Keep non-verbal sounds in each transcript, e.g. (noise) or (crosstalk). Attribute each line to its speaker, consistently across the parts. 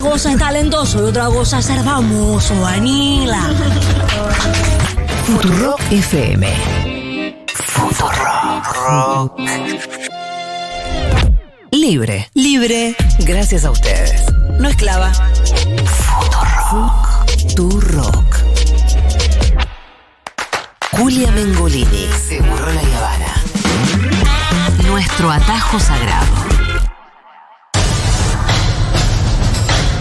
Speaker 1: cosa es talentoso y otra cosa es ser famoso, Vanilla.
Speaker 2: Futurock FM. Futurock. Libre. Libre. Gracias a ustedes. No esclava. Futurock. Futurock. Julia Mengolini. Seguro la Habana. Nuestro atajo sagrado.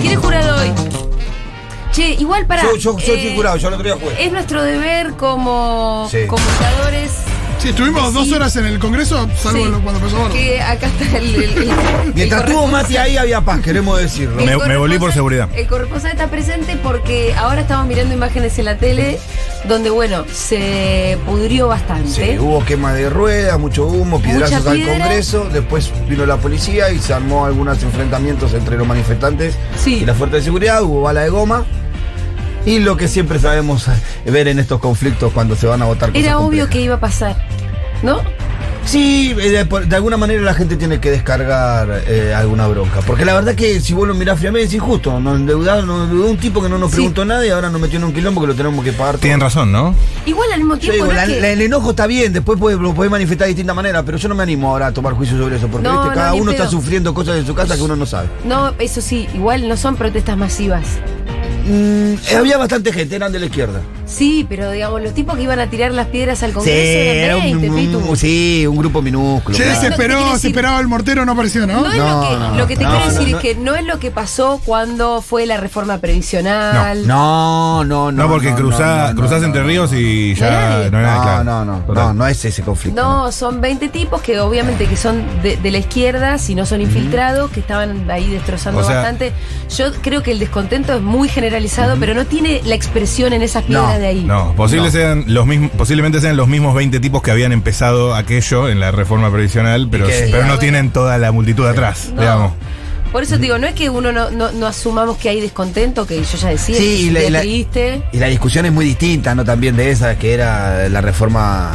Speaker 3: ¿Quiere jurar hoy? Che, igual para...
Speaker 4: Yo, yo, yo
Speaker 3: eh,
Speaker 4: estoy curado, yo el otro día jugué.
Speaker 3: Es nuestro deber como
Speaker 4: Sí.
Speaker 3: comunicadores
Speaker 5: Sí, estuvimos dos horas en el Congreso, salvo
Speaker 3: Sí.
Speaker 5: lo- cuando empezó Borgo.
Speaker 3: que acá está el... el- el-
Speaker 4: Mientras
Speaker 3: el
Speaker 4: tuvo
Speaker 3: corresponsal.
Speaker 4: Mati ahí había paz, queremos decirlo.
Speaker 3: El
Speaker 6: Me- me
Speaker 3: corresponsal-
Speaker 6: volví por seguridad.
Speaker 3: El corresponsal está presente porque ahora estamos mirando imágenes en la tele donde, bueno, se pudrió bastante.
Speaker 4: Sí, hubo quema de ruedas, mucho humo, piedrazos al
Speaker 3: piedra.
Speaker 4: Congreso, después vino la policía y se armó algunos enfrentamientos entre los manifestantes
Speaker 3: Sí.
Speaker 4: y la fuerza de seguridad, hubo bala de goma. Y lo que siempre sabemos eh, ver en estos conflictos cuando se van a votar cosas
Speaker 3: Era obvio
Speaker 4: complejas.
Speaker 3: que iba a pasar, ¿no?
Speaker 4: Sí, eh, de, por- de alguna manera la gente tiene que descargar eh, alguna bronca. Porque la verdad que si vos lo mirás fríamente es injusto. Nos endeudaron, nos endeudó un tipo que no nos
Speaker 3: Sí.
Speaker 4: preguntó nada y ahora nos metió en un quilombo que lo tenemos que pagar.
Speaker 6: Tienen
Speaker 4: todos.
Speaker 6: razón, ¿no?
Speaker 3: Igual al mismo
Speaker 4: Yo
Speaker 3: tiempo
Speaker 4: digo,
Speaker 3: no
Speaker 4: la-
Speaker 3: es que-
Speaker 4: la- el enojo está bien, después puede- lo podés manifestar de distintas maneras, pero yo no me animo ahora a tomar juicio sobre eso, porque
Speaker 3: No,
Speaker 4: viste,
Speaker 3: no,
Speaker 4: cada
Speaker 3: ni
Speaker 4: uno está
Speaker 3: pedo.
Speaker 4: sufriendo cosas en su casa que uno no sabe.
Speaker 3: No, eso sí, igual no son protestas masivas.
Speaker 4: Mm, eh, había bastante gente, eran de la izquierda.
Speaker 3: Sí, pero digamos, los tipos que iban a tirar las piedras al Congreso eran 20, Pitu.
Speaker 4: sí, un grupo minúsculo.
Speaker 5: Che,
Speaker 4: claro.
Speaker 5: se
Speaker 3: No, ¿qué quiere
Speaker 5: esperó, se
Speaker 3: decir?
Speaker 5: esperaba el mortero, no apareció, ¿no?
Speaker 3: No es
Speaker 4: No,
Speaker 3: lo, que,
Speaker 4: no,
Speaker 3: lo que te
Speaker 4: no,
Speaker 3: quiero
Speaker 4: no,
Speaker 3: decir
Speaker 4: no.
Speaker 3: es que no es lo que pasó cuando fue la reforma previsional.
Speaker 4: No, no, no.
Speaker 6: No, porque cruzá-
Speaker 4: no, no,
Speaker 6: cruzás
Speaker 4: no,
Speaker 6: entre
Speaker 4: no.
Speaker 6: ríos y ya
Speaker 3: nadie.
Speaker 6: no hay nada Ah, claro.
Speaker 4: No, no, no,
Speaker 6: Total.
Speaker 4: no, no es ese conflicto.
Speaker 3: No, son 20 tipos que obviamente que son de, de la izquierda, si no son infiltrados, que estaban ahí destrozando
Speaker 6: O sea-
Speaker 3: bastante. Yo creo que el descontento es muy generalizado, pero no tiene la expresión en esas piedras
Speaker 4: No,
Speaker 3: de ahí.
Speaker 6: No, posible sean los mismos, posiblemente sean los mismos 20 tipos que habían empezado aquello en la reforma previsional, pero,
Speaker 4: Y que-
Speaker 6: pero no
Speaker 3: Bueno.
Speaker 6: tienen toda la multitud atrás,
Speaker 3: No.
Speaker 6: digamos.
Speaker 3: Por eso te digo, no es que uno no, no- no asumamos que hay descontento, que yo ya decía, que
Speaker 4: Sí, y
Speaker 3: es
Speaker 4: la, y la-
Speaker 3: triste.
Speaker 4: y la discusión es muy distinta, ¿no? También de esa que era la reforma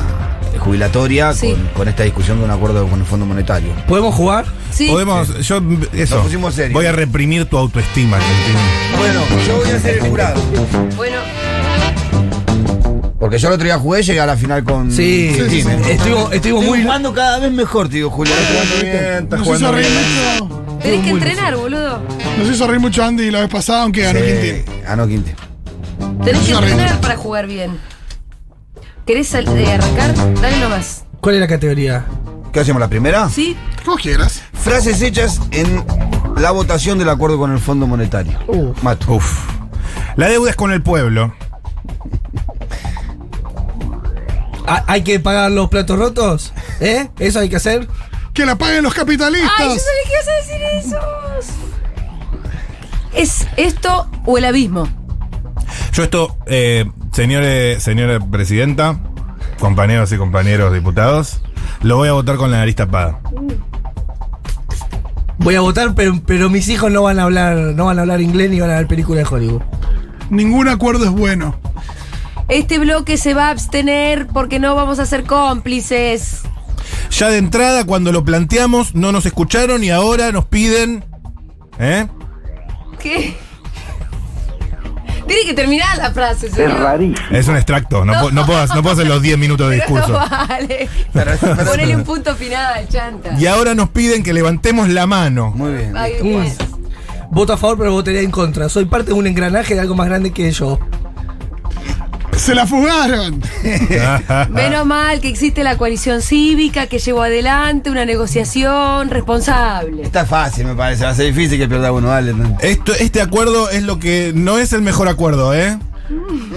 Speaker 4: jubilatoria
Speaker 3: Sí.
Speaker 4: con, con esta discusión de un acuerdo con el Fondo Monetario.
Speaker 7: ¿Podemos jugar?
Speaker 3: Sí,
Speaker 6: Podemos, yo eso.
Speaker 4: Nos pusimos serios.
Speaker 6: Voy a reprimir tu autoestima, Argentina.
Speaker 4: Bueno, yo voy a ser el jurado.
Speaker 3: bueno,
Speaker 4: Porque yo el otro día jugué, llegué a la final con.
Speaker 7: Sí,
Speaker 4: con
Speaker 7: sí, sí.
Speaker 4: Jiménez.
Speaker 7: Estuvimos, estuvimos
Speaker 4: Estoy
Speaker 7: muy.
Speaker 4: jugando cada vez mejor, te digo, Julio. Estás jugando bien, estás
Speaker 5: Nos
Speaker 4: jugando
Speaker 5: hizo reír
Speaker 4: bien.
Speaker 5: mucho.
Speaker 3: tenés que
Speaker 5: Muy
Speaker 3: entrenar, boludo.
Speaker 5: Nos hizo reír mucho Andy la vez pasada, aunque ganó Quintín.
Speaker 4: Sí, ganó Quintín.
Speaker 3: Tenés que
Speaker 5: Yo arreglo.
Speaker 3: entrenar para jugar bien. ¿Querés sal- eh, arrancar? Dale nomás.
Speaker 7: ¿Cuál es la categoría?
Speaker 4: ¿Qué hacemos la primera?
Speaker 3: ¿Sí?
Speaker 5: Como quieras.
Speaker 4: Frases hechas en la votación del acuerdo con el Fondo Monetario.
Speaker 3: Uh.
Speaker 4: Mato.
Speaker 6: Uf. La deuda es con el pueblo.
Speaker 7: ¿Ha- ¿Hay que pagar los platos rotos? ¿Eh? ¿Eso hay que hacer?
Speaker 5: Que la paguen los
Speaker 3: ¡Ay, yo
Speaker 5: capitalistas.
Speaker 3: sabía que ibas a decir eso! ¿Es esto o el abismo?
Speaker 6: Yo esto, eh, señores, señora presidenta, compañeros y compañeros diputados, lo voy a votar con la nariz tapada.
Speaker 7: Voy a votar, pero, pero mis hijos no van a hablar, no van a hablar inglés ni van a ver películas de Hollywood.
Speaker 5: Ningún acuerdo es bueno.
Speaker 3: Este bloque se va a abstener porque no vamos a ser cómplices.
Speaker 6: Ya de entrada, cuando lo planteamos, no nos escucharon y ahora nos piden. ¿Eh?
Speaker 3: ¿Qué? Tiene que terminar la frase, señor.
Speaker 6: Es un extracto, no, po- no puedo, no puedo hacer los 10 minutos de
Speaker 3: Pero no
Speaker 6: discurso.
Speaker 3: vale.
Speaker 4: Pero- pero-
Speaker 3: Ponele un punto final, chanta.
Speaker 6: Y ahora nos piden que levantemos la mano.
Speaker 4: Muy bien.
Speaker 3: Ay, bueno.
Speaker 7: Voto a favor, pero votaría en contra. Soy parte de un engranaje de algo más grande que yo.
Speaker 5: Se la fugaron.
Speaker 3: Menos mal que existe la coalición cívica que llevó adelante una negociación responsable.
Speaker 4: Está fácil, me parece. Va a ser difícil que pierda uno, dale.
Speaker 6: Esto, este acuerdo es lo que no es el mejor acuerdo, ¿eh?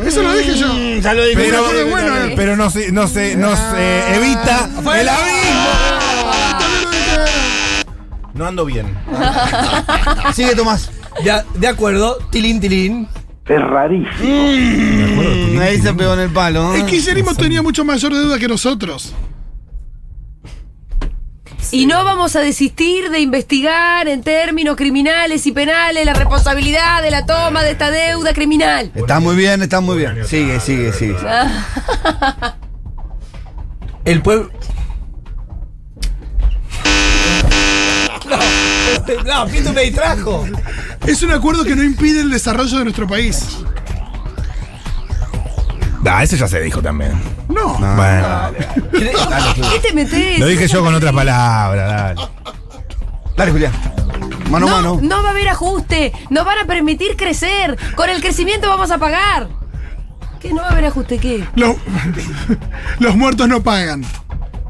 Speaker 5: Eso lo dije yo.
Speaker 4: Mm, Ya lo dije.
Speaker 6: Pero,
Speaker 5: Pero bueno, eh.
Speaker 6: pero no se, no se, no
Speaker 3: Ah.
Speaker 6: se evita el abismo.
Speaker 5: También lo dije.
Speaker 6: No ando bien.
Speaker 4: (laughs) Sigue Tomás.
Speaker 7: Ya, de acuerdo, tilín, tilín.
Speaker 4: Mm, ahí se pegó en el palo. ¿eh?
Speaker 5: Es que Guillermo tenía mucho mayor deuda que nosotros.
Speaker 3: Y no vamos a desistir de investigar en términos criminales y penales la responsabilidad de la toma de esta deuda criminal.
Speaker 4: Está muy bien, está muy bien. Sigue, sigue, sigue.
Speaker 7: El pueblo. este, No, no, Pitu me distrajo.
Speaker 5: Es un acuerdo que no impide el desarrollo de nuestro país.
Speaker 6: Ah, ese ya se dijo también.
Speaker 5: No.
Speaker 6: Bueno,
Speaker 3: ¿Qué te metes?
Speaker 6: lo dije yo con otra palabra, dale.
Speaker 4: Dale, Julián. Mano a
Speaker 3: No,
Speaker 4: mano.
Speaker 3: no va a haber ajuste. No van a permitir crecer. Con el crecimiento vamos a pagar. ¿Qué? ¿No va a haber ajuste? ¿Qué?
Speaker 5: Lo- los muertos no pagan.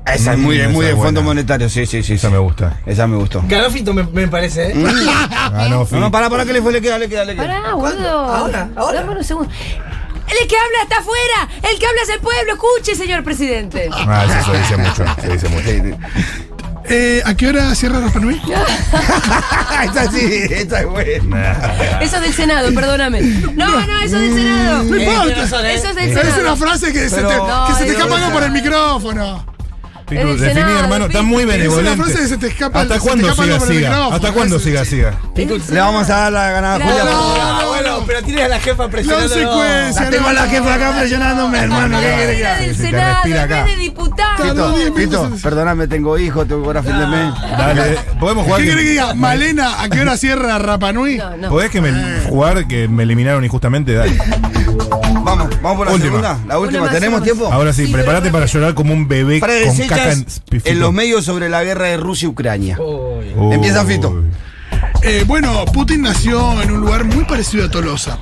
Speaker 4: Esa es
Speaker 6: Mm,
Speaker 4: muy, de-
Speaker 6: esa
Speaker 4: muy de
Speaker 6: es buena.
Speaker 4: fondo monetario. Sí, sí, sí.
Speaker 6: Esa
Speaker 4: sí.
Speaker 6: me gusta.
Speaker 4: Esa me gustó.
Speaker 7: Garofito me, me parece, ¿eh?
Speaker 6: Ah, no,
Speaker 4: No,
Speaker 6: Fi.
Speaker 4: no, pará, pará, que le fue, le queda, le queda, le queda.
Speaker 3: Pará, boludo.
Speaker 7: Ahora, ahora.
Speaker 3: Dame un segundo. El que habla está afuera. El que habla es el pueblo. Escuche, señor presidente.
Speaker 6: Ah, eso se dice mucho. Se dice mucho.
Speaker 5: Eh, ¿A qué hora cierra Rafa Nui?
Speaker 3: Eh,
Speaker 4: esa Ah, sí, esa es buena.
Speaker 6: (laughs)
Speaker 3: Eso es del Senado, perdóname. No, no, eso es del Senado.
Speaker 5: No importa.
Speaker 7: razón, ¿eh?
Speaker 3: Mm. Eso es del
Speaker 5: Es una
Speaker 3: Senado.
Speaker 5: frase que se
Speaker 4: Pero-
Speaker 5: te, que se te
Speaker 3: No,
Speaker 5: escapa
Speaker 4: es-
Speaker 5: algo por el micrófono.
Speaker 6: Pitu,
Speaker 3: En el
Speaker 6: definí,
Speaker 3: Senado,
Speaker 6: hermano. Está
Speaker 3: Pitu.
Speaker 6: muy
Speaker 5: Es una
Speaker 6: benevolente.
Speaker 5: frase que se te escapa-
Speaker 6: ¿Hasta
Speaker 5: se te
Speaker 6: cuándo
Speaker 5: escapa
Speaker 6: siga,
Speaker 5: algo por el
Speaker 6: siga?
Speaker 5: micrófono,
Speaker 6: ¿Hasta cuándo
Speaker 5: ese,
Speaker 6: siga,
Speaker 5: sí.
Speaker 6: siga?
Speaker 4: Le vamos a dar la ganada a Julián.
Speaker 3: Claro.
Speaker 7: Ah, bueno, pero tienes a la jefa
Speaker 5: No
Speaker 7: presionando.
Speaker 5: secuencia.
Speaker 4: La tengo a la jefa acá presionándome, hermano. ¿qué querés que
Speaker 3: Era
Speaker 4: haga?
Speaker 3: del
Speaker 6: Se te
Speaker 3: Senado,
Speaker 6: respira
Speaker 3: en
Speaker 6: acá.
Speaker 3: vez de diputado.
Speaker 5: Pito. diez
Speaker 4: Pito,
Speaker 5: minutos
Speaker 4: Pito,
Speaker 5: antes.
Speaker 4: perdóname, tengo hijos, tengo que ir a fin de mes.
Speaker 6: Dale, eh, podemos
Speaker 5: ¿Qué
Speaker 6: jugar.
Speaker 5: quiere que
Speaker 6: que-
Speaker 5: diga? Malena, ¿a qué hora cierra Rapa Nui?
Speaker 3: No, no.
Speaker 6: ¿Podés que me
Speaker 5: Ah.
Speaker 6: jugar que me eliminaron injustamente? Dale.
Speaker 4: Vamos, vamos por la
Speaker 6: Última.
Speaker 4: segunda, la última.
Speaker 3: Una más,
Speaker 4: ¿Tenemos
Speaker 3: una más.
Speaker 4: tiempo?
Speaker 6: Ahora sí,
Speaker 3: Sí,
Speaker 6: prepárate
Speaker 3: pero-
Speaker 6: para llorar como un bebé con
Speaker 4: Frases
Speaker 6: caca en, Oh.
Speaker 4: hechas en los medios sobre la guerra de Rusia y Ucrania.
Speaker 6: Uy.
Speaker 4: Empieza Fito.
Speaker 5: Eh, bueno, Putin nació en un lugar muy parecido a Tolosa.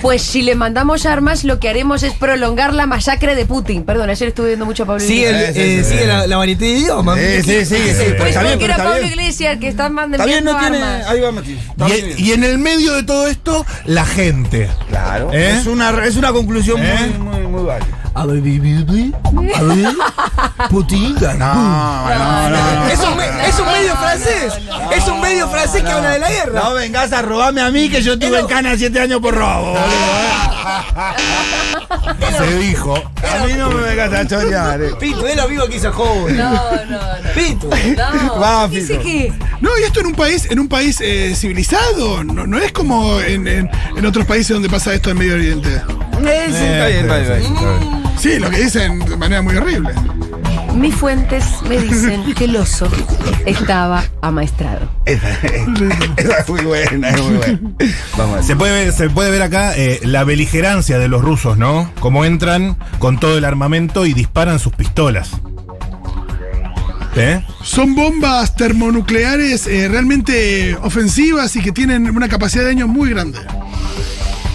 Speaker 3: Pues si le mandamos armas, lo que haremos es prolongar la masacre de Putin. Perdón, ayer estuve viendo mucho a Pablo
Speaker 7: Sigue, el-
Speaker 4: Sí, sí,
Speaker 7: eh,
Speaker 4: sí.
Speaker 7: sigue la, la variedad de idiomas.
Speaker 4: Sí, sí, sí. sí, pero
Speaker 3: Pues
Speaker 4: está bien,
Speaker 3: porque
Speaker 4: pero
Speaker 3: era
Speaker 4: está
Speaker 3: Pablo
Speaker 4: bien.
Speaker 3: Iglesias que están mandando
Speaker 4: Está bien, no tiene.
Speaker 3: armas.
Speaker 4: Ahí va, Mati. Está bien.
Speaker 6: Y, y en el medio de todo esto, la gente.
Speaker 4: Claro.
Speaker 6: ¿Eh?
Speaker 4: Es, una, es una conclusión
Speaker 6: ¿Eh?
Speaker 4: muy, muy, muy válida.
Speaker 7: A ver, vi- vi- vi- a ver. Putin.
Speaker 4: no,
Speaker 7: (laughs) Es un, me- es un medio francés. es un medio francés que habla de la guerra.
Speaker 4: No vengas a robarme a mí que yo tuve en cana siete años por robo, boludo.
Speaker 6: Se dijo.
Speaker 4: A mí no me vengas a chorear. eh.
Speaker 7: Pito, es lo mismo que hizo joven.
Speaker 3: No, no, no.
Speaker 7: Pito.
Speaker 3: No,
Speaker 4: Va,
Speaker 3: ¿qué
Speaker 4: Fito.
Speaker 3: sé qué?
Speaker 5: No, y esto en un país, en un país eh, civilizado. No, no es como en, en- en otros países donde pasa esto en Medio Oriente.
Speaker 4: Eh, sí, está bien, está bien, está bien.
Speaker 5: Sí, lo que dicen de manera muy horrible.
Speaker 3: Mis fuentes me
Speaker 4: (laughs)
Speaker 3: dicen que el oso estaba amaestrado.
Speaker 4: (laughs) Esa es muy buena, es muy buena. Vamos a ver.
Speaker 6: Se puede ver, se puede ver acá eh, la beligerancia de los rusos, ¿no? Cómo entran con todo el armamento y disparan sus pistolas. ¿Eh?
Speaker 5: Son bombas termonucleares eh, realmente ofensivas y que tienen una capacidad de daño muy grande.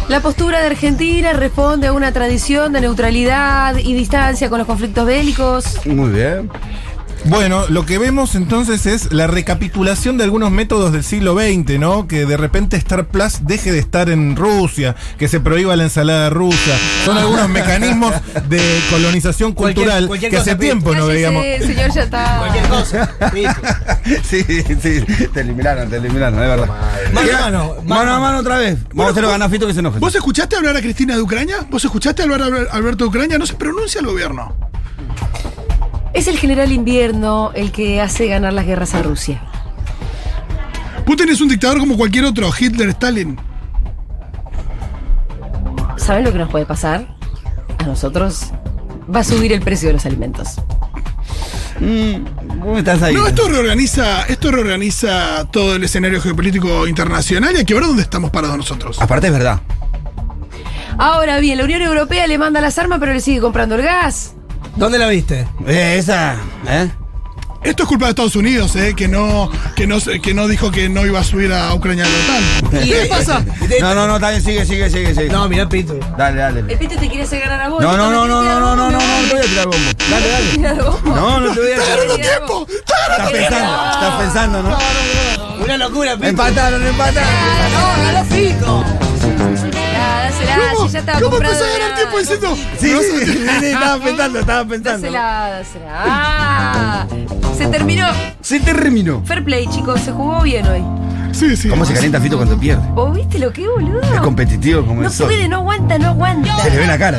Speaker 3: La postura de Argentina responde a una tradición de neutralidad y distancia con los conflictos bélicos.
Speaker 4: Muy bien.
Speaker 6: Bueno, lo que vemos entonces es la recapitulación de algunos métodos del siglo XX, ¿no? Que de repente Star Plus deje de estar en Rusia, que se prohíba la ensalada rusa. Son algunos mecanismos de colonización
Speaker 7: Cualquier-
Speaker 6: cultural
Speaker 7: cualquier
Speaker 6: que hace
Speaker 7: cosa,
Speaker 4: Pues
Speaker 7: Ah,
Speaker 6: tiempo no
Speaker 3: Cállese,
Speaker 6: veíamos.
Speaker 3: señor ya está.
Speaker 7: Cualquier cosa. Pito.
Speaker 4: Sí, sí, te eliminaron, te eliminaron, es verdad.
Speaker 7: Mano a
Speaker 4: Mira,
Speaker 7: mano, mano
Speaker 4: mano
Speaker 7: a
Speaker 4: a mano otra vez. Vamos a hacerlo ganar Fito que se enoje.
Speaker 5: ¿Vos escuchaste hablar a Cristina de Ucrania? ¿Vos escuchaste hablar a Albert- Alberto de Ucrania? No se pronuncia el gobierno.
Speaker 3: Es el general invierno el que hace ganar las guerras a Rusia.
Speaker 5: Putin es un dictador como cualquier otro, Hitler, Stalin.
Speaker 3: ¿Saben lo que nos puede pasar? A nosotros va a subir el precio de los alimentos.
Speaker 4: Mm, ¿Cómo estás ahí?
Speaker 5: No, esto reorganiza, esto reorganiza todo el escenario geopolítico internacional y aquí ahora dónde estamos parados nosotros.
Speaker 4: Aparte es verdad.
Speaker 3: Ahora bien, la Unión Europea le manda las armas pero le sigue comprando el gas.
Speaker 7: ¿Dónde la viste?
Speaker 4: Eh, esa, ¿eh?
Speaker 5: Esto es culpa de Estados Unidos, eh, que no, que no, se- que no dijo que no iba a subir a Ucrania a
Speaker 3: (laughs)
Speaker 5: la OTAN.
Speaker 7: ¿Qué pasa?
Speaker 4: No, no, no, está bien, sigue, sigue, sigue, sigue.
Speaker 7: No, mirá, Pito.
Speaker 4: Dale, dale.
Speaker 3: El pito te quiere hacer ganar a vos.
Speaker 4: No, no, no, no, no, no, no, no, no, te voy a tirar bombo. Dale, dale. No, no te voy a tirar bombo.
Speaker 3: tiempo!
Speaker 4: Estás pensando, estás pensando, ¿no?
Speaker 7: Una locura, Pito.
Speaker 4: Empataron, empataron.
Speaker 3: ¡No, ganó Fito! Nada, Dásela, si
Speaker 5: ¿Cómo,
Speaker 3: Ah, ya estaba
Speaker 5: ¿cómo
Speaker 3: comprado.
Speaker 5: empezó a ganar
Speaker 3: ya.
Speaker 5: tiempo diciendo?
Speaker 4: Sí,
Speaker 5: "No vas a
Speaker 4: sí,
Speaker 5: meter"?
Speaker 4: sí, estaba pensando, estaba pensando.
Speaker 3: Dásela, dásela. Ah, se terminó.
Speaker 4: Se terminó.
Speaker 3: Fair play, chicos, se jugó bien hoy.
Speaker 5: Sí, sí.
Speaker 4: ¿Cómo se calienta Fito cuando pierde?
Speaker 3: ¿Vos viste lo que, boludo?
Speaker 4: Es competitivo como
Speaker 3: No
Speaker 4: el sol.
Speaker 3: puede, no aguanta, no aguanta.
Speaker 4: Se le ve la cara.